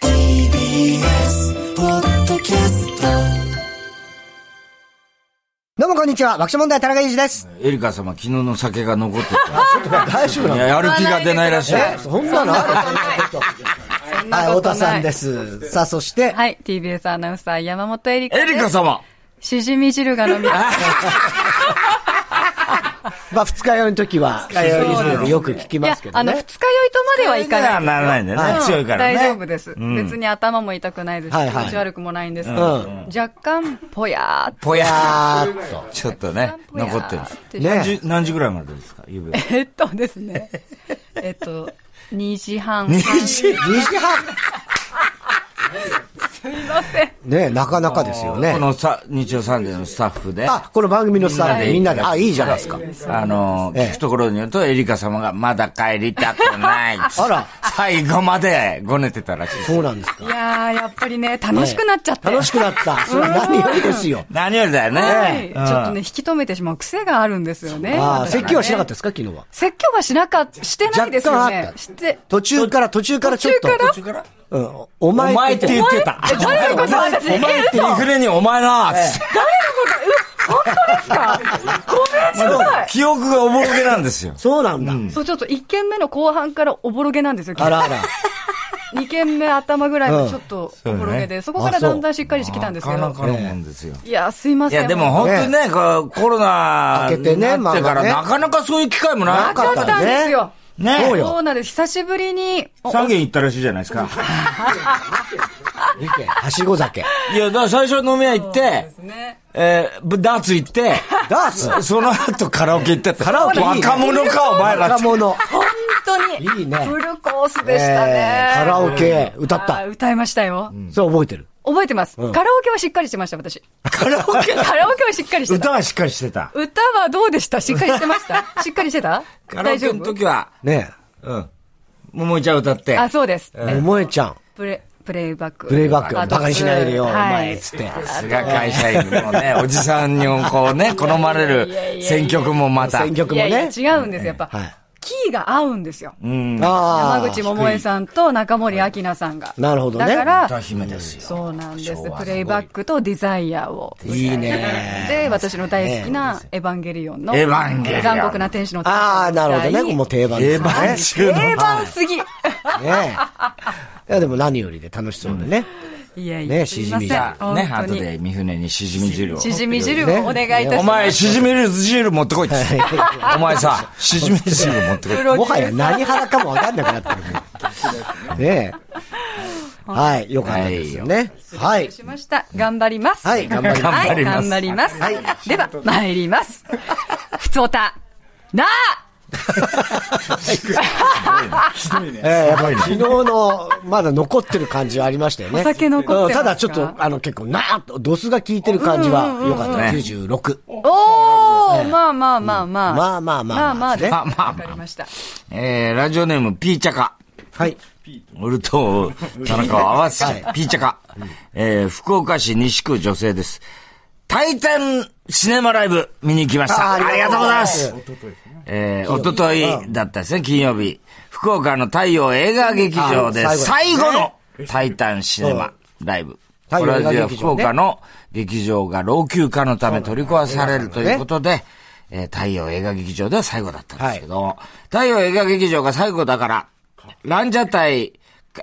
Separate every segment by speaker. Speaker 1: TBS ポッドキャスト
Speaker 2: どうもこんにちは、爆笑問題田中裕二です。
Speaker 3: エリカ様、昨日の酒が残って
Speaker 2: 大丈夫
Speaker 3: た。いや、やる気が出ないら しい。
Speaker 2: え、そんなのあるそんなことはい、太田さんです。さあ、そして、
Speaker 4: はい、TBS アナウンサー山本エリカ
Speaker 3: エ
Speaker 4: です。
Speaker 3: リカ様
Speaker 4: しじみ汁が飲みたい。
Speaker 2: まあ、二日酔いの時は、二日酔いにするのでよく聞き
Speaker 4: い
Speaker 2: ま
Speaker 4: や
Speaker 2: すけ、ど
Speaker 4: あの、
Speaker 2: ね
Speaker 4: 二。日酔いとまではいかない。
Speaker 3: ならないんだよね。
Speaker 2: はい
Speaker 3: 強いからね。
Speaker 4: 大丈夫です、
Speaker 3: うん
Speaker 4: 別に頭も痛くないですし、
Speaker 2: はいはい
Speaker 4: 気持ち悪くもないんですけ
Speaker 2: う
Speaker 4: ど、
Speaker 2: ん。
Speaker 4: 若干、ぽやーっ
Speaker 3: ぽや
Speaker 2: あ
Speaker 3: ー
Speaker 2: ーっと。
Speaker 3: ちょっと
Speaker 4: と。
Speaker 3: ね、残ってるん
Speaker 4: る
Speaker 3: です。
Speaker 2: ね
Speaker 3: 何時、何時ぐらいまでですか夕べ。
Speaker 4: えっとですね。 えっと、2時半。
Speaker 3: 2
Speaker 4: す
Speaker 3: 時
Speaker 2: 2時半
Speaker 4: いません。
Speaker 2: ねなかなかですよね
Speaker 3: こ。のさ、日曜サンデーのスタッフで。
Speaker 2: あ、この番組のスタッフみんなで、あ、いいじゃないですか。
Speaker 3: あのー、
Speaker 2: ええ
Speaker 3: 聞くところによると、エリカ様がまだ帰りたくない。
Speaker 2: あら。
Speaker 3: 最後までごねてたらしいです。
Speaker 2: そうなんですか
Speaker 4: い。やー、やっぱりね、楽しくなっちゃって。
Speaker 2: 楽しくなった。それ何よりですよ。
Speaker 3: 何よりだよ
Speaker 4: はい、
Speaker 3: ね。
Speaker 4: ちょっとね、引き止めてしまう癖があるんですよね。
Speaker 2: ああ、
Speaker 4: 私ね
Speaker 2: 説教はしなかったですか、昨日は。
Speaker 4: 説教はしなかっしてないですよ
Speaker 2: 若干あ
Speaker 4: ね
Speaker 2: っ。た
Speaker 4: して、
Speaker 2: 途中から、途中からちょっと。
Speaker 4: 途中
Speaker 3: 途中から
Speaker 2: うん、お
Speaker 3: お前
Speaker 2: 前
Speaker 3: っ
Speaker 2: ってて。
Speaker 3: 言ってた。
Speaker 4: お前のこと私
Speaker 3: お前ってリフレにお前なーっつって記憶がおぼろげなんで すよ。
Speaker 2: そうなんだ。
Speaker 4: そう、ちょっと1軒目の後半からおぼろげなんですよ、
Speaker 2: あらあら。
Speaker 4: 2軒目頭ぐらいがちょっとおぼろげで、
Speaker 3: うん
Speaker 4: そこからだんだんしっかりしてきたんですけ
Speaker 3: な
Speaker 4: ど
Speaker 3: か。なかのもんですよ。
Speaker 4: いや、すいま
Speaker 3: い
Speaker 4: せん。
Speaker 3: や、でも本当にね、こうコロナ
Speaker 2: 明けてね
Speaker 3: になってから、
Speaker 2: まあね
Speaker 3: なかなかそういう機会も
Speaker 2: な
Speaker 3: な
Speaker 2: か
Speaker 3: か
Speaker 2: っ
Speaker 3: った
Speaker 4: だ
Speaker 2: た
Speaker 3: た
Speaker 4: ったんですよ。
Speaker 3: ね。
Speaker 2: そうよ
Speaker 4: そうなんです。久しぶりに、お
Speaker 3: 3軒行ったらしいじゃないですか。
Speaker 2: 意見はしご酒。
Speaker 3: いや、だから最初飲み屋行って、
Speaker 4: ね、
Speaker 3: えーぶダーツ行って、
Speaker 2: ダーツ
Speaker 3: その後 カラオケ行ってカ
Speaker 2: ラオケいいね
Speaker 3: 若者か、お前らっ
Speaker 2: 若
Speaker 3: て。
Speaker 2: 者。
Speaker 4: 本当に、
Speaker 2: いいね
Speaker 4: フルコースでした
Speaker 2: え
Speaker 4: ね。
Speaker 2: ーカラオケ、歌っ
Speaker 4: あー
Speaker 2: た。
Speaker 4: 歌いましたよ。
Speaker 2: それ覚えてる。
Speaker 4: 覚えてます、
Speaker 2: ん
Speaker 4: カラオケはしっかりしてました、私。
Speaker 3: カラオケ
Speaker 4: カラオケはしっかりしてた。
Speaker 3: 歌はしっかりしてた。
Speaker 4: 歌はどうでしたしっかりしてましたしっかりしてた
Speaker 3: カラオ
Speaker 4: 大丈
Speaker 3: ケの
Speaker 4: 夫
Speaker 3: 時は、
Speaker 2: ね
Speaker 3: うん。桃井ちゃん歌って。
Speaker 4: あ、そうです。
Speaker 2: え。もえちゃん、
Speaker 4: プレ、プレイバック。
Speaker 2: プレイバック、バカにしないでよ、お
Speaker 4: はい
Speaker 2: 前、つって。
Speaker 3: さすが会社員のね、おじさんにこうね、好まれる選曲もまた。
Speaker 2: 選曲
Speaker 4: い
Speaker 2: も
Speaker 4: やいや、
Speaker 2: ね。
Speaker 4: 違うんです。やっぱ、
Speaker 2: はい
Speaker 4: キーが合うんですよ。
Speaker 2: あ
Speaker 4: 山
Speaker 2: あ、
Speaker 4: 口百恵さんと中森明菜さんが。
Speaker 2: なるほどね
Speaker 4: だから、
Speaker 3: 歌姫ですよ。
Speaker 4: そうなんです
Speaker 3: 昭和の。
Speaker 4: プレイバックとデザイアを。
Speaker 2: いいね。
Speaker 4: で、私の大好きなエヴァンゲリオンの。
Speaker 3: エヴァンゲリオン
Speaker 4: 残酷な天使の
Speaker 2: ああ、なるほどね。もう定番ですね。
Speaker 3: 定番
Speaker 2: ね
Speaker 4: 定番すぎ。
Speaker 2: えいや、でも何よりで楽しそうで ね。
Speaker 4: いやいや、
Speaker 2: ね
Speaker 4: す
Speaker 2: し
Speaker 4: い
Speaker 2: じ
Speaker 4: ま
Speaker 2: み
Speaker 4: せん
Speaker 2: じ
Speaker 3: さあね、
Speaker 4: 本当
Speaker 3: 後
Speaker 4: に
Speaker 3: で三船にしじみ汁を。
Speaker 4: しじみ汁をお願いいたします。
Speaker 3: お前、しじみ汁持ってこいって。お前さ、しじみ汁持ってこい。
Speaker 4: プロデュ
Speaker 2: も
Speaker 4: ーサ
Speaker 2: は
Speaker 4: ー
Speaker 2: や何派かもわかんなくなってる。ねえ。はい、よかったですよね。はい。
Speaker 4: しました。頑張ります。
Speaker 2: はい頑張ります
Speaker 4: はい、頑張ります。
Speaker 2: はい
Speaker 4: では、参ります。ふつおた、なあ
Speaker 2: ええ、やっぱり昨日の、まだ残ってる感じはありましたよね。
Speaker 4: お酒残ってますか
Speaker 2: うんただちょっと、あの、結構、なーっと、度数が効いてる感じは、よかった。
Speaker 3: うんうん
Speaker 2: 96。
Speaker 4: おー、まあまあまあま
Speaker 2: ま
Speaker 4: あ。
Speaker 2: あまあまあ
Speaker 4: まあまあです。
Speaker 3: まあ
Speaker 4: わ
Speaker 3: まあまあ
Speaker 4: かりました。
Speaker 3: えー、ラジオネーム、ピーチャカ。
Speaker 2: はい。
Speaker 3: 俺 と田中を合わせ
Speaker 2: は
Speaker 3: て、ピーチャカ。えー、福岡市西区女性です。タイタンシネマライブ見に行きました。
Speaker 2: あー
Speaker 3: あ
Speaker 2: あり
Speaker 3: り
Speaker 2: がと
Speaker 3: がと
Speaker 2: う
Speaker 3: う
Speaker 2: ご
Speaker 3: ご
Speaker 2: ざいま
Speaker 3: ざいますす。えー、おとといだったですね、金曜日。福岡の太陽映画劇場で
Speaker 2: あー最
Speaker 3: 最
Speaker 2: 後
Speaker 3: 後のタイタンシネマライブ。
Speaker 2: 太
Speaker 3: こ
Speaker 2: 陽
Speaker 3: れ
Speaker 2: 映画劇場ね
Speaker 3: は福岡の劇場が老朽化のため取り壊されるということで、えー太陽映画劇場では最後だったんですけど、太陽映画劇場が最後だから、ランジャタイ、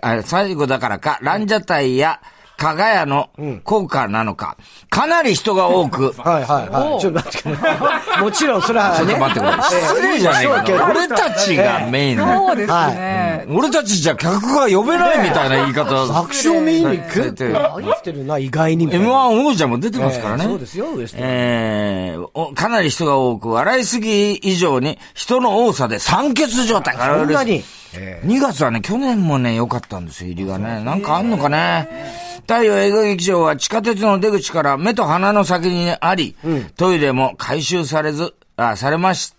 Speaker 3: あ最後だからか、ランジャタイや、加賀屋の効果なのか、かなり人が 多く、
Speaker 2: はいはいはい。ちょっと待ってください。もちろん、それは
Speaker 3: ちょっ
Speaker 2: ね。
Speaker 3: と待ってくれ。失礼じゃねえ
Speaker 2: そうけど
Speaker 3: かな。俺たちがメインだよ
Speaker 4: そうですね。
Speaker 3: 俺たちじゃ客が呼べないみたいな言い方。
Speaker 2: 爆笑メインに
Speaker 3: 出て
Speaker 2: 結構入ってるな、意外にみたい
Speaker 3: M1
Speaker 2: な。
Speaker 3: 王者も出てますからね。
Speaker 2: ええそうですよウエスト
Speaker 3: えーおかなり人が多く、笑いすぎ以上に人の多さで酸欠状態。
Speaker 2: そんなに
Speaker 3: 2月はね、去年もね、良かったんですよ、入りがね。なんかあんのかね。太陽映画劇場は地下鉄の出口から目と鼻の先にあり、トイレも改修されず、あ、されまし、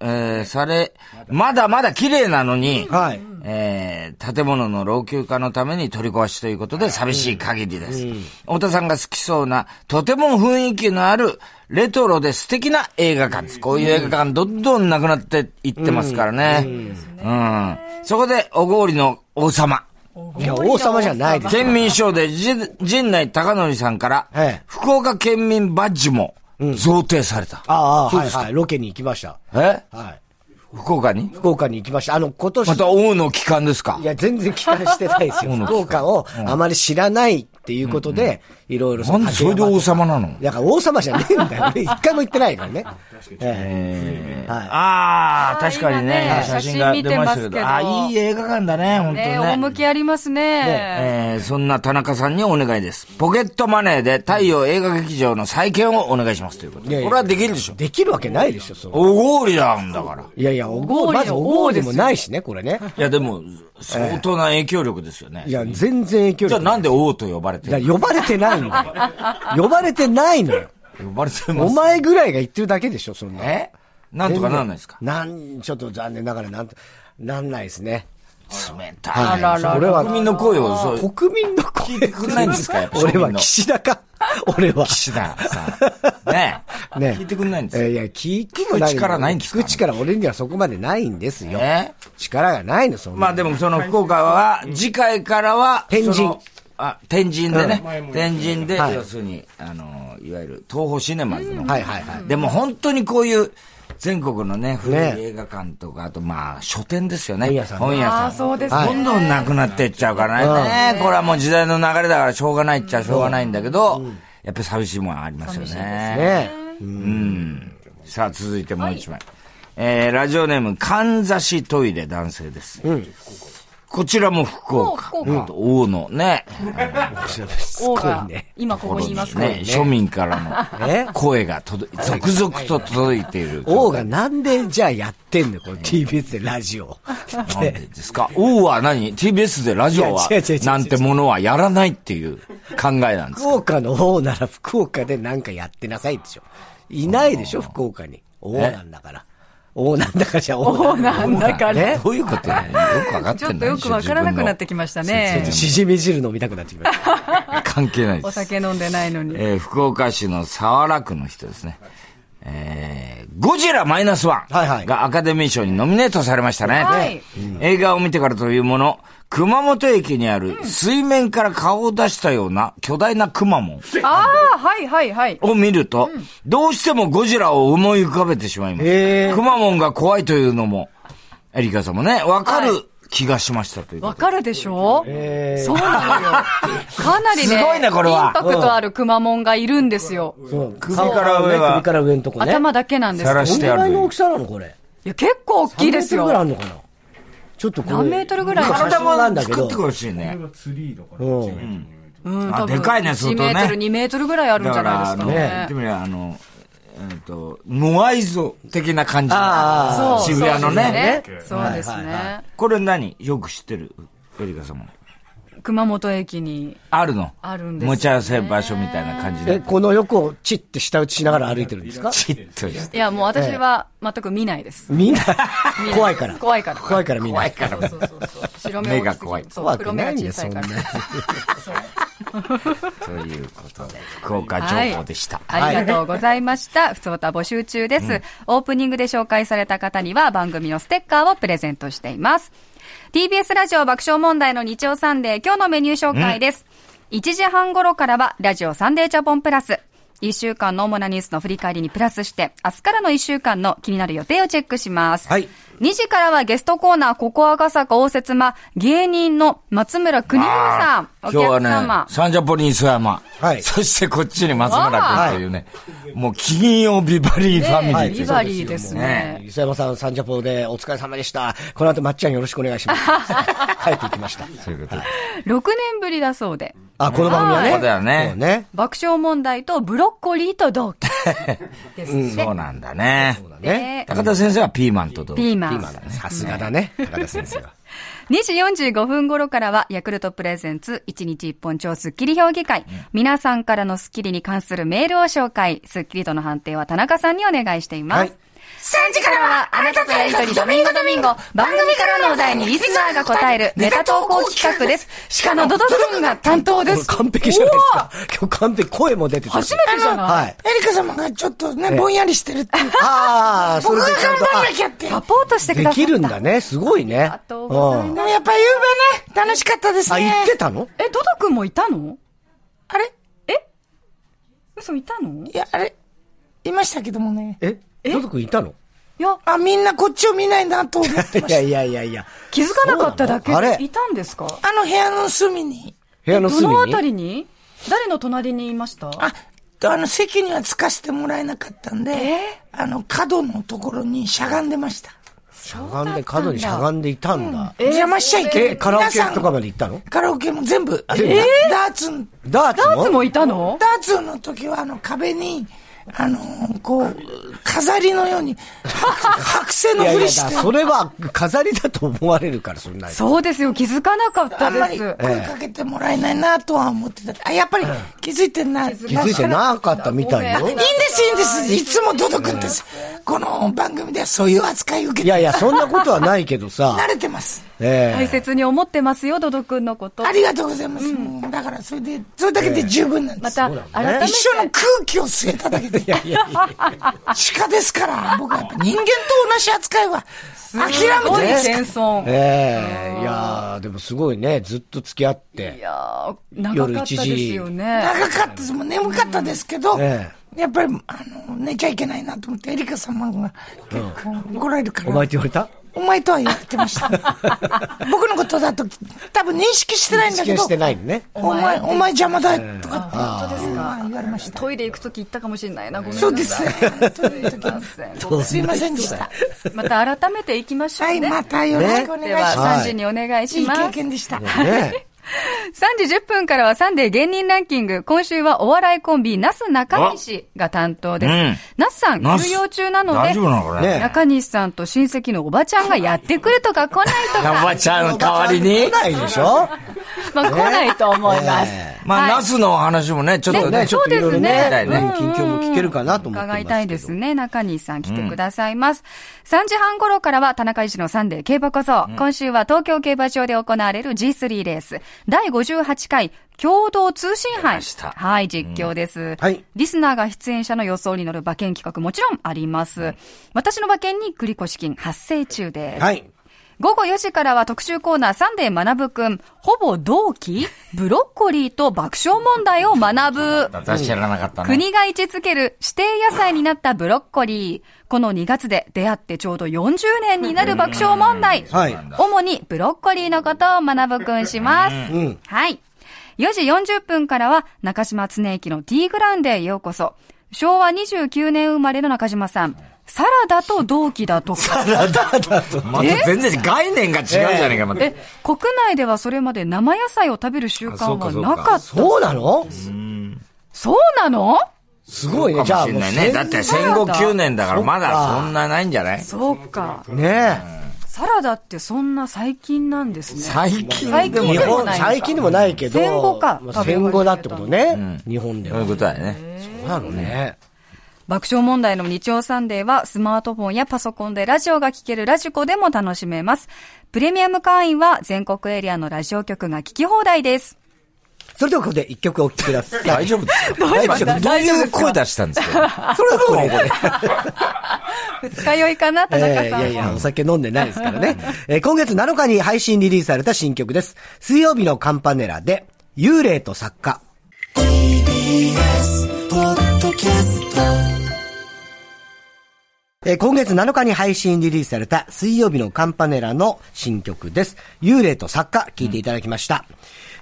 Speaker 3: えーされ、まだまだ綺麗なのに、
Speaker 2: はい。
Speaker 3: えー建物の老朽化のために取り壊しということで寂しい限りです。太田さんが好きそうな、とても雰囲気のある、レトロで素敵な映画館です。こういう映画館どんどんなくなっていってますからね。うん。そこで、おごりの王様。
Speaker 2: いや、王様じゃないです。
Speaker 3: 県民賞でじ陣内孝則さんから、
Speaker 2: ええ
Speaker 3: 福岡県民バッジも贈呈された。
Speaker 2: ああ、はいはい。ロケに行きました。
Speaker 3: え
Speaker 2: はい。
Speaker 3: 福岡に
Speaker 2: 福岡に行きました。あの、今年。
Speaker 3: また王の帰還ですか
Speaker 2: いや、全然期待してないですよ。福岡をあまり知らないっていうことで、いろいろ
Speaker 3: なんでそれで王様なの
Speaker 2: だから王様じゃねえん だよ。俺一回も行ってないからね。ええはい。
Speaker 3: ああ、確かにね
Speaker 4: 今ね
Speaker 3: 写真が出ましたけど。
Speaker 4: 写真見てますけど
Speaker 3: あーいい映画館だね、本当
Speaker 4: ね、
Speaker 3: にね。
Speaker 4: 趣ありますね。
Speaker 3: えーそんな田中さんにお願いです。ポケットマネーで太陽映画劇場の再建をお願いしますということ
Speaker 2: いや
Speaker 3: で。
Speaker 2: いや
Speaker 3: これはできるでしょ。
Speaker 2: できるわけないでしょ、その。
Speaker 3: おごりなんだから。
Speaker 2: いやいや、おごり、まずおごりでもないしね、これね。
Speaker 3: いや、でも、相当な影響力ですよね。
Speaker 2: いや、全然影響力。
Speaker 3: じゃあなんで王と呼ばれて
Speaker 2: いや、
Speaker 3: る
Speaker 2: 呼ばれてないんだ よ。呼ばれてないのよ。
Speaker 3: 呼ばれてま
Speaker 2: お
Speaker 3: す。
Speaker 2: 前ぐらいが言ってるだけでしょ、そんな。
Speaker 3: えなんとかならないですか
Speaker 2: なん、ちょっと残念ながらなんと、なんないですね。
Speaker 3: 冷たい。
Speaker 4: あらら
Speaker 2: 俺は
Speaker 3: 国民の声を、そう、
Speaker 2: 国民の声
Speaker 3: 聞いてくれないんですかやっぱ
Speaker 2: 俺
Speaker 3: 庶
Speaker 2: は
Speaker 3: 民の
Speaker 2: 岸田か。俺は。
Speaker 3: 岸田さん。ね え。
Speaker 2: ね
Speaker 3: 聞いてくれないんです
Speaker 2: え
Speaker 3: か
Speaker 2: ーいや、聞く
Speaker 3: 聞く力ないんですか
Speaker 2: 聞く力、俺にはそこまでないんですよ。
Speaker 3: え
Speaker 2: 力がないの、そんな。
Speaker 3: まあでもその福岡は、次回からは、
Speaker 2: 天神
Speaker 3: その。あ、天神でね。天神で、
Speaker 2: はい
Speaker 3: 要するに、あの、いわゆる東宝シネマズの。
Speaker 2: はいはいはい。
Speaker 3: でも本当にこういう、全国のね、古い
Speaker 2: ね
Speaker 3: 映画館とか、あとまあ、書店ですよね。
Speaker 2: 本屋さん
Speaker 3: 本屋
Speaker 4: あ
Speaker 3: さ
Speaker 4: あ、
Speaker 3: ん。
Speaker 4: そうです
Speaker 2: は
Speaker 4: ね。
Speaker 2: い
Speaker 3: どんどんなくなってっちゃうからね。これはもう時代の流れだからしょうがないっちゃしょうがないんだけど、やっぱり寂しいもんありますよね。
Speaker 2: ね
Speaker 3: さあ、続いてもう一枚。えー、ラジオネーム、かんざしトイレ男性です。こちらも福岡。
Speaker 4: お福岡
Speaker 3: あと王の ね、
Speaker 4: 王
Speaker 2: す
Speaker 4: が
Speaker 2: ごいね、
Speaker 4: 今ここにいますから。
Speaker 3: ね、庶民から
Speaker 2: え
Speaker 3: の 声が届い、続々と届いている。
Speaker 2: 王がなんでじゃあやってんのこの TBS でラジ オ。
Speaker 3: なんでですか王は何 ?TBS でラジオはい
Speaker 2: や違う違う違う違う
Speaker 3: なんてものはやらないっていう考えなんです
Speaker 2: 福岡の王なら福岡でなんかやってなさいでしょ。いないでしょ、福岡に。王なんだから。王なんだから じゃあ王
Speaker 4: 王なんだから。
Speaker 2: ね
Speaker 3: どういうことなのよくわかって
Speaker 4: ち
Speaker 3: な
Speaker 4: ょ
Speaker 3: い
Speaker 4: っ
Speaker 3: で
Speaker 4: と
Speaker 3: しょ
Speaker 4: よくわからなくなってきましたね。
Speaker 2: しじみ汁飲みたくなってきました。
Speaker 3: 関係ないで
Speaker 4: お
Speaker 3: す。
Speaker 4: 酒飲んでないのに。
Speaker 3: えー福岡市の沢良区の人ですね。えーゴジラマイナスワ
Speaker 2: はいはい
Speaker 3: ンがアカデミー賞にノミネートされましたね。
Speaker 4: はい
Speaker 3: ね映画を見てからというもの、熊本駅にある水面から顔を出したような巨大な熊モン
Speaker 4: ああ、はいはいはい。
Speaker 3: を見ると、どうしてもゴジラを思い浮かべてしまいます。
Speaker 2: へー
Speaker 3: くまモンが怖いというのも、エリカさんもね、わか
Speaker 4: はい
Speaker 3: る気がしましたということで
Speaker 4: わかるでしょそう なのよ。かなり
Speaker 3: す
Speaker 4: ね、
Speaker 3: ごいねこれは
Speaker 4: インパクトあるくまモンがいるんですよ。
Speaker 2: そう首
Speaker 3: から上は
Speaker 2: 首から上のとこね。
Speaker 4: 頭だけなんです
Speaker 3: さら
Speaker 4: けど
Speaker 2: どん
Speaker 4: い
Speaker 3: して
Speaker 2: ぐ
Speaker 3: あ
Speaker 2: らい
Speaker 3: る
Speaker 2: の大きさなのこれ。
Speaker 4: や結構大きいです
Speaker 2: 3メートルぐらいあ
Speaker 4: よ。
Speaker 2: るのかなちょっとこれ。
Speaker 4: 何メートルぐらい
Speaker 2: 今
Speaker 3: 体
Speaker 2: 写真なんだ
Speaker 3: も
Speaker 2: け
Speaker 3: 作
Speaker 2: ど
Speaker 3: ってほしいね。
Speaker 2: うん。
Speaker 4: うん、
Speaker 3: あ
Speaker 4: 多分
Speaker 3: でかいね相
Speaker 4: 1
Speaker 3: 当ね
Speaker 4: メートル、2メートルぐらいあるん
Speaker 3: だ
Speaker 4: じ
Speaker 3: か
Speaker 4: ゃないで
Speaker 3: ら、あ
Speaker 4: すか
Speaker 3: の、
Speaker 4: ね。
Speaker 3: 言ってみれば、あの、えっと、モアイ像的な感じ
Speaker 2: あ
Speaker 4: そう。
Speaker 3: 渋谷のね。
Speaker 4: そうです
Speaker 2: はいはい
Speaker 4: ね。
Speaker 3: これ何よく知ってるエリカさんも。
Speaker 4: 熊本駅に。
Speaker 3: あるの
Speaker 4: あるんですよね
Speaker 3: 持ち合わせ場所みたいな感じ
Speaker 2: え、
Speaker 3: で。
Speaker 2: この横をチッて下打ちしながら歩いてるんですか
Speaker 3: きっとして
Speaker 4: いや、もう私は全く見ないです。
Speaker 2: みんな、怖いから。
Speaker 4: 怖いから。
Speaker 2: 怖いからみんな。
Speaker 4: そうそうそうそう。白目
Speaker 3: 目
Speaker 4: 大
Speaker 3: が
Speaker 4: きすぎ
Speaker 3: 怖い
Speaker 4: そう、
Speaker 2: 怖
Speaker 4: 黒
Speaker 2: く
Speaker 4: 目
Speaker 2: な
Speaker 4: が
Speaker 2: いんだ
Speaker 4: 小
Speaker 2: よ、
Speaker 4: さ
Speaker 2: そ
Speaker 4: い
Speaker 2: ん
Speaker 4: か
Speaker 2: な
Speaker 4: ら。。
Speaker 3: ということで、福岡
Speaker 4: はい
Speaker 3: 情報でした。
Speaker 4: ありがとうございました。ふつおた募集中です、オープニングで紹介された方には番組のステッカーをプレゼントしています。TBS ラジオ爆笑問題の日曜サンデー、今日のメニュー紹介です。1時半頃からはラジオサンデージャポンプラス。1週間の主なニュースの振り返りにプラスして、明日からの1週間の気になる予定をチェックします。
Speaker 2: はい
Speaker 4: 2時からはゲストコーナー、ここ赤坂応接間、芸人の松村邦文さん。お
Speaker 3: 今
Speaker 4: 客
Speaker 3: 日
Speaker 4: 様。
Speaker 3: はね、サンジャポリン磯山。
Speaker 2: はい
Speaker 3: そしてこっちに松村君というね、もう金曜日バリーファミリ
Speaker 4: ね
Speaker 3: ーとい
Speaker 4: ビ
Speaker 3: うこと
Speaker 4: バ
Speaker 3: で。
Speaker 4: リーです
Speaker 3: ね
Speaker 4: ね。
Speaker 2: 磯山さん、サンジャポでお疲れ様でした。この後、まっちゃんよろしくお願いします。 帰っていきました。
Speaker 3: そういうことで
Speaker 4: 6年ぶりだそうで、
Speaker 2: あ、この番組はね。
Speaker 3: そうだよね
Speaker 2: そうね。
Speaker 4: 爆笑問題とブロッコリーと同期ですね。
Speaker 3: そうなんだね。
Speaker 2: ね。
Speaker 4: で
Speaker 3: 高田先生はピーマンとどう
Speaker 4: ピーマ
Speaker 2: 今
Speaker 4: ン
Speaker 2: だ。ね。さすがだね。高田先生は。
Speaker 4: 2時45分頃からは、ヤクルトプレゼンツ、1日1本超スッキリ評議会。皆さんからのスッキリに関するメールを紹介。スッキリとの判定は田中さんにお願いしています。
Speaker 2: はい
Speaker 4: 3時からは、あなたとやりとりドミンゴドミンゴ。番組からのお題にリスナーが答えるネタ投稿企画です。鹿のドド君が担当です。
Speaker 2: 完璧じゃないですか。今日完璧、声も出てたし
Speaker 4: 初めてじゃない
Speaker 2: はい。
Speaker 5: エリカ様がちょっとね、ぼんやりしてるっていう。
Speaker 2: ああ、そ
Speaker 5: 僕
Speaker 2: れ
Speaker 5: が
Speaker 2: でちゃんと
Speaker 5: 頑張んなきゃって。
Speaker 4: サポートしてく
Speaker 2: あ。
Speaker 4: ださ
Speaker 2: でき
Speaker 4: った。
Speaker 2: るんだね。すごいね。
Speaker 4: ありがとうござ
Speaker 2: ん
Speaker 4: いま
Speaker 5: でもやっぱ夕べね、楽しかったです
Speaker 2: あ、
Speaker 5: ね。
Speaker 2: 言ってたの
Speaker 4: え、ドド君もいたの
Speaker 5: あれ
Speaker 4: 嘘いたのい
Speaker 5: いや、あれいましたけどもね。
Speaker 2: えドド君いたの
Speaker 4: や、
Speaker 5: あ、みんなこっちを見ないなと思ってま
Speaker 2: い
Speaker 5: した
Speaker 2: や。いやいやいや。
Speaker 4: 気づかなかっただけ
Speaker 2: そうなのあれ
Speaker 4: いたんですか
Speaker 5: あの部屋の隅に、
Speaker 2: 部屋の
Speaker 4: ど
Speaker 2: 隅
Speaker 4: のあ
Speaker 2: に
Speaker 4: た。りに誰の隣にいました
Speaker 5: あ、あの席にはつかせてもらえなかったんで、あの角のところにしゃがんでました。
Speaker 2: しゃがんで、角にしゃがんでいたんだ。
Speaker 5: 邪魔しちゃいけない。
Speaker 2: え、カラオケ
Speaker 5: 皆さん
Speaker 2: とかまで行ったの
Speaker 5: カラオケも全部、あ
Speaker 2: 全部
Speaker 5: ダダーツの、
Speaker 2: ダーツ
Speaker 4: ダ
Speaker 2: も
Speaker 4: ーツもいたの
Speaker 5: ダーツの時はあの壁に、あのーこう、飾りのように、白白製の
Speaker 2: いや
Speaker 5: ふ
Speaker 2: いや、
Speaker 5: りし
Speaker 2: だ
Speaker 5: て、
Speaker 2: それは飾りだと思われるから、そんなに。
Speaker 4: そうですよ、気づかなかっ
Speaker 5: あ
Speaker 4: た
Speaker 5: んま
Speaker 4: で
Speaker 5: り
Speaker 4: す
Speaker 5: 声。かけてもらえないなとは思ってた。あ、やっぱり気づいてんな。
Speaker 2: 気づいてなかったみたい
Speaker 4: ご
Speaker 2: よ
Speaker 4: め
Speaker 5: いいん。
Speaker 4: ん
Speaker 5: です、いいんです。いつも届くんです。この番組ではそういう扱いを受け
Speaker 2: い
Speaker 5: て、
Speaker 2: やいや、そんなことはないけどさ。
Speaker 5: 慣れてます。
Speaker 2: え
Speaker 4: 大切に思ってますよ、ドド君のこと
Speaker 5: あ。りがとうございます。もうだから、それで、それだけで十分なんで。
Speaker 4: ますた、改めて
Speaker 5: 一。緒の空気を吸えただけで。鹿ですから、僕はやっぱ人間と同じ扱いは、諦めてないです
Speaker 4: すごい謙遜
Speaker 2: え。ええいやーでもすごいね、ずっと付き合っ
Speaker 4: い
Speaker 2: て。
Speaker 4: やー、長かったですよね。
Speaker 5: 長かったですもん、眠かったですけど、
Speaker 2: え
Speaker 5: やっぱり、あの、寝ちゃいけないなと思って、エリカ様が結構怒られるから、
Speaker 2: お前って言われた
Speaker 5: お前とは言ってました。僕のことだと、多分認識してないんだ
Speaker 2: 付き
Speaker 5: け
Speaker 2: 合い
Speaker 5: ど
Speaker 2: して、ないのね。
Speaker 5: お前、お前邪魔だとかって
Speaker 4: 本当ですか
Speaker 5: 言われました。
Speaker 4: トイレ行くとき行ったかもしれないな、ごめんなさい。
Speaker 5: そうですね。
Speaker 4: トイレ行きません。ごめん
Speaker 5: すいませんでした。
Speaker 4: また改めて行きましょ
Speaker 5: は
Speaker 4: う
Speaker 5: い、
Speaker 4: ね。
Speaker 5: またよろしくお願いし
Speaker 4: では、
Speaker 5: ます。
Speaker 4: 3時にお願いし
Speaker 5: いい
Speaker 4: ます。
Speaker 5: 経験でした。
Speaker 2: ね
Speaker 4: 3時10分からはサンデー芸人ランキング。今週はお笑いコンビ、ナス中西が担当です。
Speaker 5: あうん
Speaker 4: ナスさん、
Speaker 5: ナス
Speaker 4: 休養中なので、
Speaker 5: なのこ
Speaker 2: え。ね
Speaker 4: 中西さんと親戚のおばちゃんがやってくるとか来ないと
Speaker 5: お
Speaker 4: か、
Speaker 5: ばちゃんの代わり
Speaker 2: え。来
Speaker 5: に。
Speaker 2: ないでしょ
Speaker 4: まあ来ないと思います。
Speaker 2: ね
Speaker 4: は
Speaker 5: まあ、
Speaker 4: い
Speaker 5: ナスの話もね、ちょっとね、
Speaker 2: ねちょっといろいろ
Speaker 4: そ
Speaker 5: で
Speaker 4: う
Speaker 2: ね、
Speaker 5: す
Speaker 2: う
Speaker 5: ね
Speaker 2: ん近況も聞けるかなと思ってます
Speaker 4: 伺
Speaker 2: けど。
Speaker 4: いたいですね。中西さん来てくださいます。3時半頃からは田中医師のサンデー競馬こそ、今週は東京競馬場で行われる G3 レース、第58回共同通信杯。
Speaker 5: した
Speaker 4: はい、実況です、
Speaker 2: はい
Speaker 4: リスナーが出演者の予想に乗る馬券企画もちろんあります。私の馬券に繰越金発生中です。
Speaker 2: はい。
Speaker 4: 午後4時からは特集コーナーサンデー学ぶくん、ほぼ同期、ブロッコリーと爆笑問題を 学ぶ。
Speaker 5: 私知らなかったね。
Speaker 4: 国が位置づける指定野菜になったブロッコリー。この2月で出会ってちょうど40年になる爆笑問題。
Speaker 2: はい
Speaker 4: 主にブロッコリーのことを学ぶくんします。はい。4時40分からは中島恒之のティーグラウンドへようこそ。昭和29年生まれの中島さん。サラダと同期だ とか。
Speaker 5: また全然概念が違うじゃねえか、また
Speaker 4: え、国内ではそれまで生野菜を食べる習慣はなかった。そう
Speaker 2: そうなの
Speaker 4: なの
Speaker 2: すごいね。じ
Speaker 5: か
Speaker 2: ゃ
Speaker 5: もしん
Speaker 2: あもう
Speaker 5: ないね。だって戦後9年だからまだそんなないんじゃない
Speaker 4: そうか。
Speaker 2: ね
Speaker 4: サラダってそんな最近なんですね。
Speaker 5: 最近
Speaker 4: 最近
Speaker 2: 日
Speaker 4: でも
Speaker 2: 本、
Speaker 4: ないのか
Speaker 2: 最近でもないけど。
Speaker 4: 戦後か
Speaker 2: まあ戦後だってことね。日本で
Speaker 5: そういう
Speaker 2: は。
Speaker 5: ことだよね。
Speaker 2: そうなのね。
Speaker 4: 爆笑問題の日曜サンデーはスマートフォンやパソコンでラジオが聴けるラジコでも楽しめます。プレミアム会員は全国エリアのラジオ局が聞き放題です。
Speaker 2: それではここで一曲お聴きください。
Speaker 5: 大丈夫ですか
Speaker 2: 大丈夫
Speaker 5: どういう声出したんです かそれどうもこれ。
Speaker 4: 二日酔いかな、田中さん
Speaker 2: えー
Speaker 4: も。
Speaker 2: いやいや、お酒飲んでないですから ね。えー今月7日に配信リリースされた新曲です。水曜日のカンパネラで、幽霊と作家。
Speaker 6: TBS ポッドキャスト
Speaker 2: えー今月7日に配信リリースされた水曜日のカンパネラの新曲です。幽霊と作家、聴いていただきました。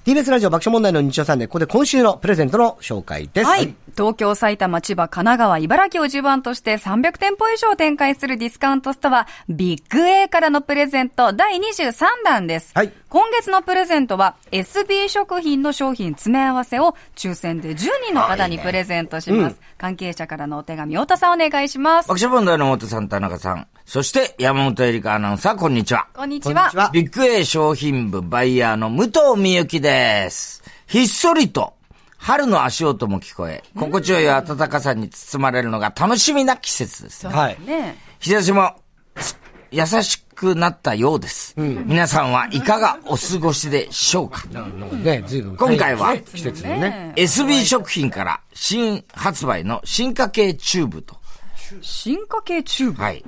Speaker 2: TBS ラジオ爆笑問題の日曜サンデー、ここで今週のプレゼントの紹介です。
Speaker 4: はい。東京、埼玉、千葉、神奈川、茨城を10番として300店舗以上展開するディスカウントストア、ビッグ A からのプレゼント第23弾です。
Speaker 2: はい
Speaker 4: 今月のプレゼントは SB 食品の商品詰め合わせを抽選で10人の方にプレゼントします。関係者からのお手紙、太田さんお願いします。
Speaker 3: 爆笑問題の本さん、田中さん、そして山本エリカアナウンサー、こんにちは。
Speaker 4: こんに
Speaker 2: こ
Speaker 4: ち
Speaker 2: んに
Speaker 4: は
Speaker 2: ち。は。
Speaker 3: ビッグ A 商品部バイヤーの武藤美幸です。ひっそりと、春の足音も聞こえ、心地よい暖かさに包まれるのが楽しみな季節です。
Speaker 2: はい。
Speaker 4: ね
Speaker 3: 日差しもす優しくなったようです。皆さんはいかがお過ごしでしょうか
Speaker 2: なんかね、ずいぶん。
Speaker 3: 今回は
Speaker 2: 季節
Speaker 4: え。
Speaker 2: のね。
Speaker 4: ねえ。
Speaker 3: SB 食品から新発売の進化系チューブと、
Speaker 4: 進化系チューブ。
Speaker 3: はい。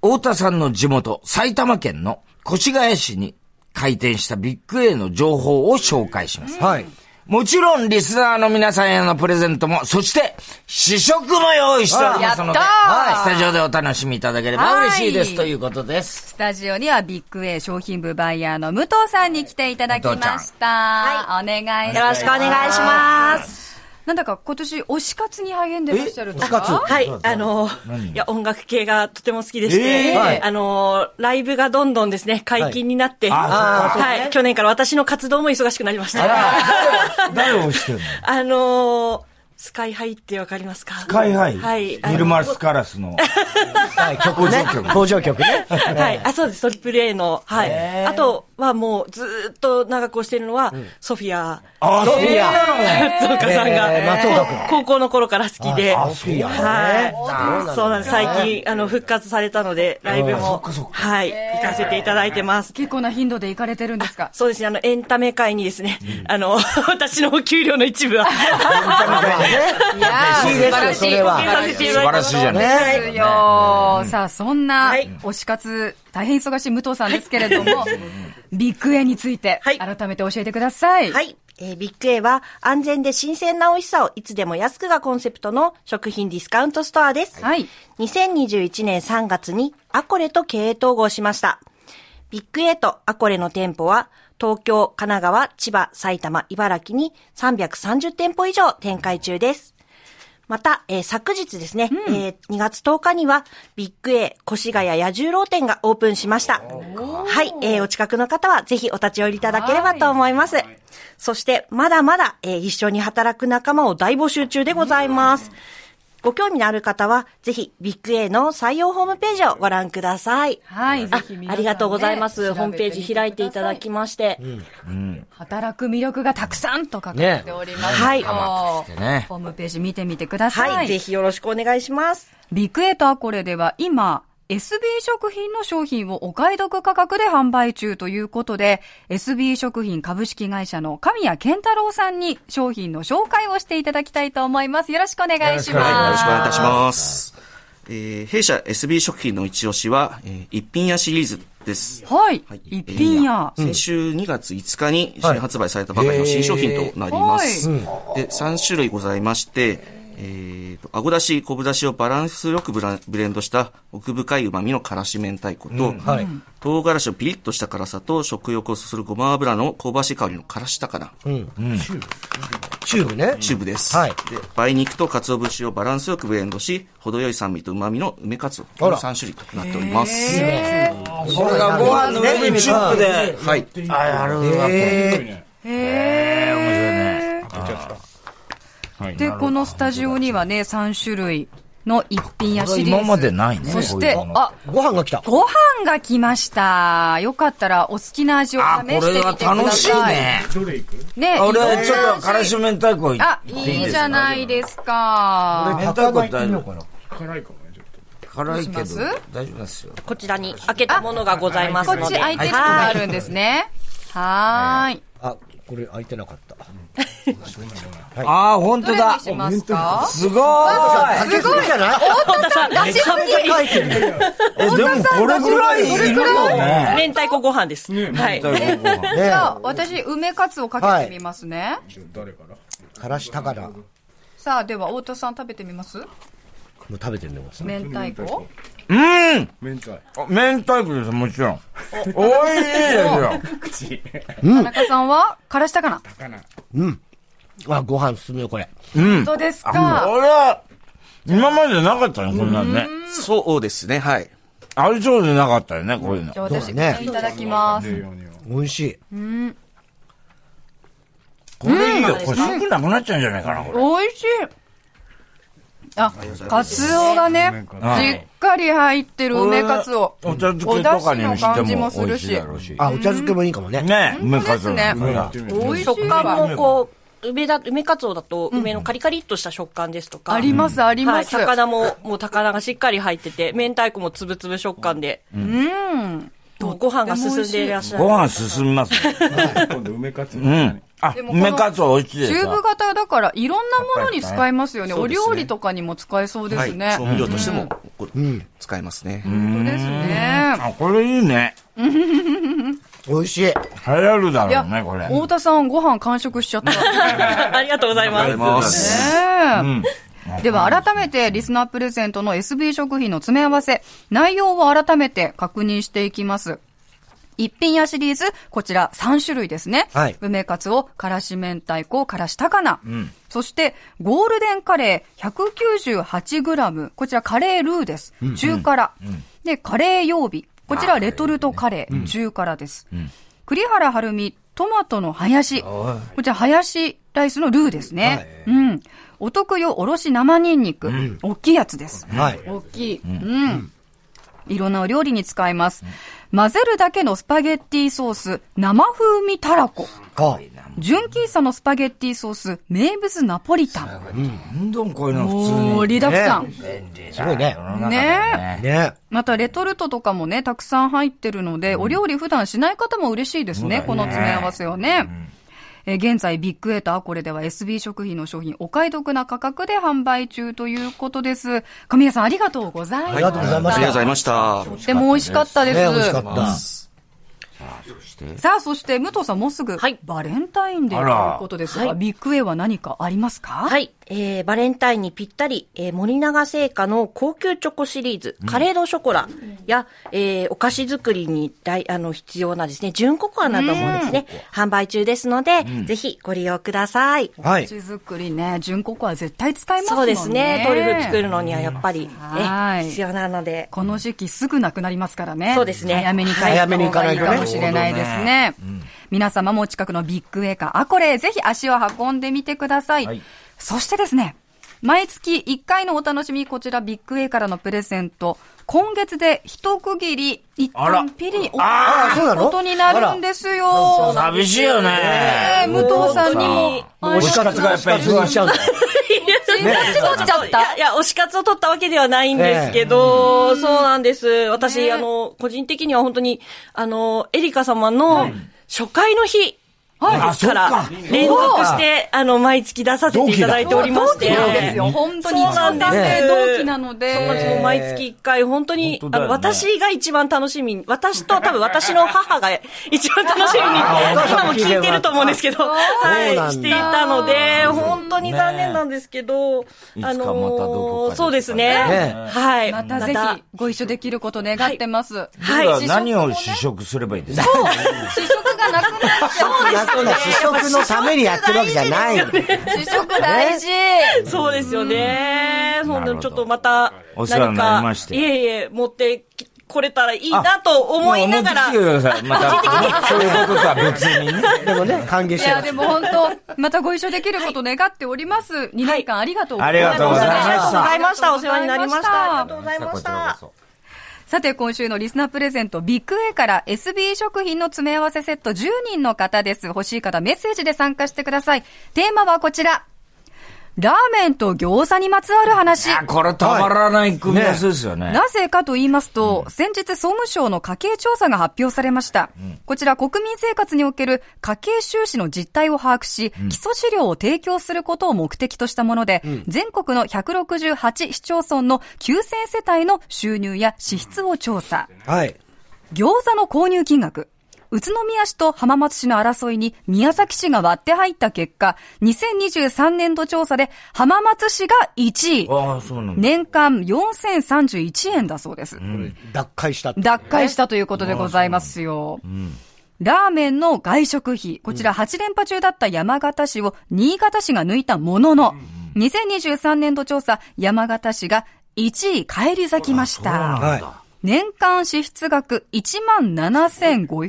Speaker 3: 太田さんの地元、埼玉県の越谷市に開店したビッグ A の情報を紹介します。
Speaker 2: はい。
Speaker 3: もちろん、リスナーの皆さんへのプレゼントも、そして、試食も用意しておりますので、
Speaker 4: やったー
Speaker 3: はいスタジオでお楽しみいただければ嬉しいです
Speaker 4: はい
Speaker 3: ということです。
Speaker 4: スタジオにはビッグ A 商品部バイヤーの武藤さんに来ていただきました。お願いします。
Speaker 5: よろしくお願いします。
Speaker 4: なんだか今年推し活に励んでらっしゃるとか。
Speaker 2: え推し活
Speaker 5: はい、あの、いや、音楽系がとても好きでして、
Speaker 3: えーはい
Speaker 5: あの、ライブがどんどんですね、解禁になって、
Speaker 3: はいあそっか
Speaker 5: はい、去年から私の活動も忙しくなりました。
Speaker 3: 誰をしてるの
Speaker 5: あの、スカイハイってわかりますかス
Speaker 3: カイハイ
Speaker 5: はい。あの
Speaker 3: ニルマルスカラスの。
Speaker 2: はい、曲をね。工場曲ね。
Speaker 5: はい。あ、そうです。トリプル A の。はい。あとはもうずーっと長く推してるのは、ソフィア、
Speaker 3: あ、そう
Speaker 2: いや
Speaker 5: 松岡さん
Speaker 2: えー松岡君
Speaker 5: が、高校の頃から好きで。
Speaker 2: あソフィアね
Speaker 5: はい。そうなんです。最近、あの、復活されたので、ライブも、はい、行かせていただいてます。
Speaker 4: 結構な頻度で行かれてるん ですか
Speaker 5: そうですね、あの、エンタメ界にですね、あの、 私のお給料の一部は、
Speaker 2: 嬉しい
Speaker 4: いやー、
Speaker 2: ですよそれは
Speaker 4: 素晴らしい
Speaker 5: 素
Speaker 4: 素
Speaker 5: 晴
Speaker 4: 晴
Speaker 5: ら
Speaker 4: ら
Speaker 5: し
Speaker 4: し
Speaker 5: い
Speaker 4: い
Speaker 3: じ ゃない
Speaker 2: ね
Speaker 4: ですよ。さあ、そんな
Speaker 5: はい
Speaker 4: 推し活、大変忙しい武藤さんですけれども、ビッグ A について
Speaker 7: はい、
Speaker 4: 改めて教えてください。
Speaker 7: はい。えービッグ A は安全で新鮮な美味しさをいつでも安くがコンセプトの食品ディスカウントストアです。
Speaker 4: はい。
Speaker 7: 2021年3月にアコレと経営統合しました。ビッグ A とアコレの店舗は東京、神奈川、千葉、埼玉、茨城に330店舗以上展開中です。また、えー昨日ですね、えー2月10日には、ビッグ A 越谷野十郎店がオープンしました。はい、えーお近くの方はぜひお立ち寄りいただければと思います。そして、まだまだ、えー一緒に働く仲間を大募集中でございます。ご興味のある方は、ぜひ、ビッグ A の採用ホームページをご覧ください。
Speaker 4: はい、ぜ
Speaker 7: あ
Speaker 4: ひ皆さんね
Speaker 7: ありがとうございます。ホームページ開いていただきまして。
Speaker 4: 働く魅力がたくさんと書かれておりますよ。
Speaker 7: ねはい
Speaker 3: ね
Speaker 4: ホームページ見てみてください。
Speaker 7: はい、ぜひよろしくお願いします。
Speaker 4: ビッグエーターコレでは今、SB 食品の商品をお買い得価格で販売中ということで、SB 食品株式会社の神谷健太郎さんに商品の紹介をしていただきたいと思います。よろしくお願いします。
Speaker 8: はい、よろしくお願いいたします。えー弊社 SB 食品の一押しは、えー一品屋シリーズです。
Speaker 4: はい
Speaker 8: はい
Speaker 4: 一品屋
Speaker 8: えー先週2月5日に新発売されたばかりの新商品となります。で、3種類ございまして、えーと、あごだし、昆布だしをバランスよくブラブレンドした奥深い旨味のからし明太子と、
Speaker 2: はい。
Speaker 8: 唐辛子をピリッとした辛さと食欲をそそるごま油の香ばしい香りのからし高菜、
Speaker 2: チューブね。
Speaker 8: チューブです。
Speaker 2: はい
Speaker 8: で、梅肉と鰹節をバランスよくブレンドし、程よい酸味と旨味の梅かつお、この3種類となっております。
Speaker 3: これがご飯の上にチップで。
Speaker 8: はい。
Speaker 3: あ、やるわけ。
Speaker 4: で、このスタジオにはね、3種類の一品屋シリーズ。
Speaker 3: 今までないね。
Speaker 4: そして、あ、
Speaker 2: ご飯が来た。
Speaker 4: ご飯が来ました。よかったらお好きな味を
Speaker 3: あ、
Speaker 4: 試
Speaker 3: こ
Speaker 4: してみ
Speaker 3: れ
Speaker 4: てくだ
Speaker 3: は
Speaker 4: さい。
Speaker 3: 楽しいね。
Speaker 4: ね。
Speaker 3: 俺
Speaker 4: いろんな
Speaker 3: ちょっと、
Speaker 4: 味
Speaker 3: からし明太子い
Speaker 4: あ、
Speaker 3: っていい
Speaker 4: い
Speaker 3: で
Speaker 4: い
Speaker 3: す
Speaker 4: じゃ
Speaker 3: か
Speaker 4: ないですか。
Speaker 3: 明太子って大丈夫
Speaker 9: 辛いかもね、ちょっ
Speaker 3: 辛いけ
Speaker 4: どうし
Speaker 3: ど
Speaker 4: ます、
Speaker 3: 大丈夫ですよ。
Speaker 5: こちらに開けたものがございます
Speaker 4: こ
Speaker 5: の
Speaker 4: っ
Speaker 5: で。
Speaker 4: ち空いてるのがあるんですね。はーい。
Speaker 2: あ、これ開いてなかった。
Speaker 3: あー、ほん
Speaker 4: ど
Speaker 3: と
Speaker 4: れに
Speaker 3: だ。
Speaker 4: しますか
Speaker 3: すごーい。
Speaker 2: 竹すごいじゃない
Speaker 4: 出しすぎ
Speaker 2: 書いてる。
Speaker 3: え、でもこれぐらいいるよね。
Speaker 5: 明太子ご飯です。はい。
Speaker 2: ね
Speaker 4: じゃあ、私、梅カツをかけてみますね。
Speaker 9: と誰から
Speaker 2: からし高菜も
Speaker 4: さあ、では、太田さん食べてみます
Speaker 2: 食べてるね、これ
Speaker 4: 明太子
Speaker 3: うん
Speaker 9: 明太。
Speaker 3: 明太子です、もちろん。おいしいですよ。
Speaker 4: 田中さんは、からしたかな
Speaker 2: あ、ご飯進むよ、これ。
Speaker 4: 本当ですか
Speaker 3: これは、今までなかったね、こんなんね。
Speaker 8: そうですね、はい。
Speaker 3: ありそうでなかったよね、こういうの
Speaker 4: じ。ゃあ私、
Speaker 2: そうだね
Speaker 4: いただきます。
Speaker 2: 美味しい。
Speaker 3: これいいよ。これ寒くなくなっちゃうんじゃないかな、これ。
Speaker 4: 美味しいあ、カツオがね、しっかり入ってる梅カツオ。
Speaker 3: お茶漬けとかにしても美味しいだろうし。
Speaker 2: あ、お茶漬けもいいかもね。
Speaker 3: ねえ、梅かつ
Speaker 4: 本当ですね美味しい
Speaker 7: 食感もこう、梅だ、梅かつおだと、梅のカリカリっとした食感ですとか。
Speaker 4: あります、あり
Speaker 7: は
Speaker 4: ま
Speaker 7: い、
Speaker 4: す。
Speaker 7: 魚も、もう高菜がしっかり入ってて、明太子もつぶつぶ食感で、
Speaker 4: うん。
Speaker 7: もうご飯が進んでいらっしゃ
Speaker 3: ご
Speaker 7: る。
Speaker 3: 飯進みます。
Speaker 9: 今度梅かつ。
Speaker 3: うん。あ
Speaker 4: で、もこの
Speaker 3: 梅かつお美味しいで
Speaker 4: チュ
Speaker 3: す
Speaker 4: ーブ
Speaker 3: よ。
Speaker 4: 型だから、いろんなものに使えますよね。
Speaker 8: そ
Speaker 4: お
Speaker 8: うですね
Speaker 4: 料理とかにも使えそうで
Speaker 8: は
Speaker 4: す
Speaker 8: い。
Speaker 4: ね。
Speaker 8: 調味料としても、こう使えますね。
Speaker 4: 本当ですね。
Speaker 3: あ、これいいね。
Speaker 2: 美味しい。
Speaker 3: 流行るだ
Speaker 4: い
Speaker 3: ろ
Speaker 4: や
Speaker 3: うね、これ。、
Speaker 4: 太田さん、ご飯完食しちゃった。
Speaker 7: ありがとうございます。
Speaker 8: ます。
Speaker 4: ねえ では改めてリスナープレゼントの SB 食品の詰め合わせ、内容を改めて確認していきます。一品やシリーズ、こちら3種類ですね。
Speaker 2: はい
Speaker 4: 梅カツオ、からし明太子、からし高菜。そして、ゴールデンカレー 198g。こちらカレールーです。中辛。で、カレー曜日。こちらレトルトカレー、中辛です。栗原はるみ、トマトの林。こちら、林ライスのルーですね。うん。お得よおろし生ニンニク。大きいやつです。
Speaker 2: はい。
Speaker 4: 大きい。うん。いろんなお料理に使えます。混ぜるだけのスパゲッティソース、生風味たらこ。
Speaker 2: あ、
Speaker 4: 純喫茶のスパゲッティソース、名物ナポリタン。
Speaker 3: どんどんこういうの普通に。
Speaker 4: もう、リダクさん。
Speaker 3: すごいね。
Speaker 4: ね
Speaker 2: ね。
Speaker 4: またレトルトとかもね、たくさん入ってるので、お料理普段しない方も嬉しいですね、この詰め合わせはね。えー現在、ビッグエイトアコレでは SB 食品の商品、お買い得な価格で販売中ということです。神谷さん、ありがとうございます。
Speaker 2: ありがとうございま
Speaker 8: あ
Speaker 2: し
Speaker 8: り
Speaker 2: た。
Speaker 8: がとうございました。
Speaker 4: とても美味しかったです。
Speaker 2: ね、美味しかった。
Speaker 4: さあ、そして、武藤さん、もうすぐ、バレンタインデー
Speaker 3: あら
Speaker 4: ということですが、ビッグエイは何かありますか
Speaker 7: はい。えー、バレンタインにぴったり、えー、森永製菓の高級チョコシリーズ、カレードショコラや、えー、お菓子作りに大、あの、必要なですね、純ココアなどもですね、販売中ですので、ぜひご利用ください。
Speaker 2: はい。
Speaker 4: 手作りね、純ココア絶対使います
Speaker 7: そ
Speaker 4: もん
Speaker 7: う
Speaker 4: ね。
Speaker 7: ですね、トリュフ作るのにはやっぱり、
Speaker 4: は
Speaker 7: ね、
Speaker 4: い
Speaker 7: 必要なので。
Speaker 4: この時期すぐなくなりますからね。
Speaker 7: そうですね
Speaker 4: 早めに買い
Speaker 2: 早めに
Speaker 4: 行
Speaker 2: 行
Speaker 4: か
Speaker 2: かな
Speaker 4: な
Speaker 2: いい
Speaker 4: い
Speaker 2: とね
Speaker 4: かもしれないですね。皆様もお近くのビッグエーカー、アコレー、ぜひ足を運んでみてください。そしてですね、毎月1回のお楽しみ、こちらビッグエーからのプレゼント。今月で一区切り、一
Speaker 3: あら
Speaker 4: 旦ピリに置
Speaker 3: あ
Speaker 2: ーそうな
Speaker 4: く
Speaker 2: の
Speaker 4: ことになるんですよ。
Speaker 3: 寂しいよね
Speaker 4: ね。武藤さんにも。
Speaker 3: 推し活がやっぱり忙しちゃう。
Speaker 4: ね取っちゃっ
Speaker 7: い
Speaker 4: た
Speaker 7: や、いや、推し活を取ったわけではないんですけど、そうなんです。私、
Speaker 4: ね
Speaker 7: あの、個人的には本当に、あの、エリカ様の初回の日、
Speaker 3: あ、そっ
Speaker 7: から
Speaker 3: か。
Speaker 7: 連続して、あの、毎月出させていただいておりまして。
Speaker 4: 同期なんですよ。本当に。一
Speaker 7: そうな
Speaker 4: 番
Speaker 7: んです
Speaker 4: 生同期なので。
Speaker 7: もう毎月一回、本当に、
Speaker 3: 本当
Speaker 7: あ
Speaker 3: だよ
Speaker 7: の、
Speaker 3: ね
Speaker 7: 私が一番楽しみに、私と多分私の母が一番楽しみに、今も聞いてると思うんですけど、は
Speaker 2: そうなんだ
Speaker 7: い、していたので、本当に残念なんですけど、あ
Speaker 3: いつかまたどこか
Speaker 7: の
Speaker 3: で
Speaker 7: そうです
Speaker 2: ね
Speaker 7: ね。はい。
Speaker 4: またぜひご一緒できること願ってます。は
Speaker 3: 僕ら何を
Speaker 4: 試
Speaker 3: 試
Speaker 4: 食も
Speaker 3: 食
Speaker 4: ね
Speaker 3: すればいいんですか
Speaker 4: 試食がなくなっちゃ
Speaker 2: あとね、試食のためにやってるわけじゃないの。
Speaker 4: う。試食大 事。
Speaker 7: そうですよね。本当にちょっとまた、
Speaker 3: お世話になりまして
Speaker 7: 何かいえいえ、持ってきこれたらいいなと思いながら
Speaker 3: もう、持ってきてください。また、そういうこととは別にね。
Speaker 2: でもね、歓迎
Speaker 4: い
Speaker 2: して
Speaker 4: や、
Speaker 2: る
Speaker 4: で。も本当、またご一緒できること願っております。2年間ありがとうございました。
Speaker 3: ありがとうございました
Speaker 7: お世話になりました。ありがとうございま
Speaker 3: こ
Speaker 7: し
Speaker 3: ちら
Speaker 7: た
Speaker 3: こ。そ。
Speaker 4: さて、今週のリスナープレゼント、ビッグ A から SB 食品の詰め合わせセット10人の方です。欲しい方、メッセージで参加してください。テーマはこちら。ラーメンと餃子にまつわる話。
Speaker 3: あ、これたまらない組み合わせですよね。
Speaker 4: なぜかと言いますと、先日総務省の家計調査が発表されました。こちら国民生活における家計収支の実態を把握し、基礎資料を提供することを目的としたもので、全国の168市町村の9000世帯の収入や支出を調査。
Speaker 2: はい。
Speaker 4: 餃子の購入金額、宇都宮市と浜松市の争いに宮崎市が割って入った結果、2023年度調査で浜松市が1位。
Speaker 3: ああ、そうなんだ。
Speaker 4: 年間4031円だそうです。
Speaker 2: 脱会したって
Speaker 4: 脱会したということでございますよ。ラーメンの外食費、こちら8連覇中だった山形市を新潟市が抜いたものの、2023年度調査、山形市が1位返り咲きました。
Speaker 2: はい。
Speaker 4: 年間支出額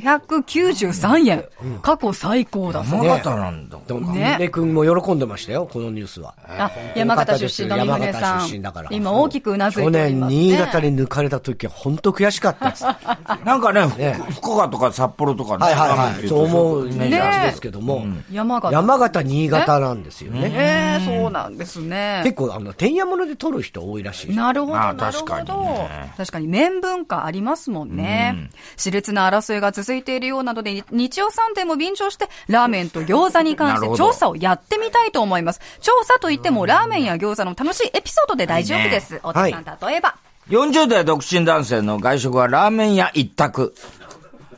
Speaker 4: 17,593円。過去最高だそう
Speaker 3: 山形なんだ。
Speaker 2: でも、
Speaker 4: ね
Speaker 2: ね、くんも喜んでましたよ、このニュースは。
Speaker 4: あ、山形出身の三
Speaker 2: 山
Speaker 4: 船さ
Speaker 2: 形出身だから
Speaker 4: ん。。今大きくうなずいて
Speaker 2: 去
Speaker 4: おり
Speaker 2: 年、
Speaker 4: ます、ね。
Speaker 2: 新潟に抜かれた時は本当悔しかったです。は
Speaker 3: なんかね、ふ福岡とか札幌とかね。
Speaker 2: いはいはい。そう思うイメージ
Speaker 4: ね
Speaker 2: ですけども、
Speaker 4: 山形。
Speaker 2: 山形、新潟なんですよね。
Speaker 4: ええそうなんですね。
Speaker 2: 結構、あの、てんやもので撮る人多いらしい。
Speaker 4: なるほど。
Speaker 3: ああ
Speaker 4: なるほ
Speaker 3: 確か
Speaker 4: ど
Speaker 3: にね
Speaker 4: 確かに麺文化ありますもんね。熾烈な争いが続いているようなので、日曜サンデーも便乗して、ラーメンと餃子に関
Speaker 3: なる
Speaker 4: し
Speaker 3: ほ
Speaker 4: て
Speaker 3: ど
Speaker 4: 調査をやってみたいと思います。調査といっても、ラーメンや餃子の楽しいエピソードで大丈夫です。お父さん、例えば。
Speaker 3: 40代独身男性の外食はラーメン屋一択。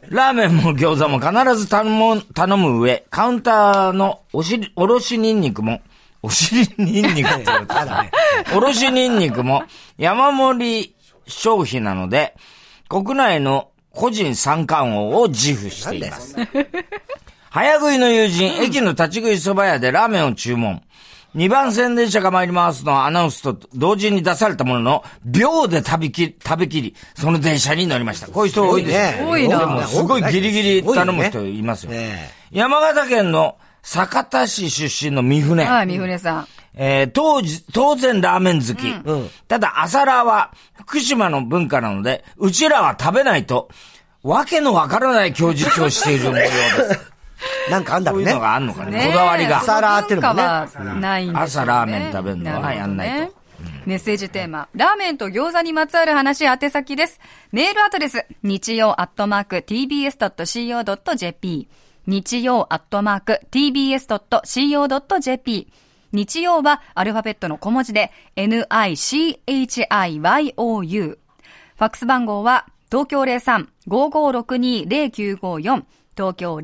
Speaker 3: ラーメンも餃子も必ず頼む、頼む上、カウンターのおしり、おろしニンニクも、おしりニンニクって言うと
Speaker 2: ただね、
Speaker 3: おろしニンニクも山盛り消費なので、国内の個人三冠王を自負しています。早食いの友人、駅の立ち食い蕎麦屋でラーメンを注文。2番線電車が参りますのアナウンスと同時に出されたものの、秒で食べきり、食べきり、その電車に乗りました。こういう人多いですよ。
Speaker 4: 多いな
Speaker 3: でもすごいギリギリ頼む人いますよ。
Speaker 2: ね
Speaker 3: 山形県の酒田市出身の三船。
Speaker 4: はい、三船さん。
Speaker 3: えー当時、当然ラーメン好き。ただ、朝ラーは福島の文化なので、うちらは食べないと、わけのわからない供述をしている模様 です。
Speaker 2: なんかあんだ
Speaker 3: こ
Speaker 2: ろ
Speaker 3: う
Speaker 2: う
Speaker 3: い
Speaker 2: ね
Speaker 3: うの。があんのかね。
Speaker 4: ね
Speaker 3: こだわりが。
Speaker 2: 朝ラーってのもね
Speaker 4: 文化はないんですよね
Speaker 3: 朝ラーメン食べるのはやんないと
Speaker 4: るほどねメッセージテーマ、ラーメンと餃子にまつわる話宛先です。メールアドレス、日曜アットマーク tbs.co.jp。日曜アットマーク tbs.co.jp。日曜はアルファベットの小文字で、nichiyou。ファックス番号は、東京03-5562-0954、東京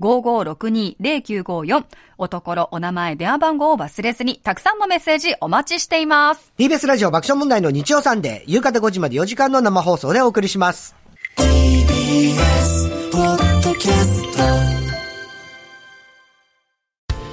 Speaker 4: 03-5562-0954、おところ、お名前、電話番号を忘れずに、たくさんのメッセージお待ちしています。
Speaker 2: TBS ラジオ爆笑問題の日曜サンデー、夕方5時まで4時間の生放送でお送りします。
Speaker 1: TBS ポッドキャスト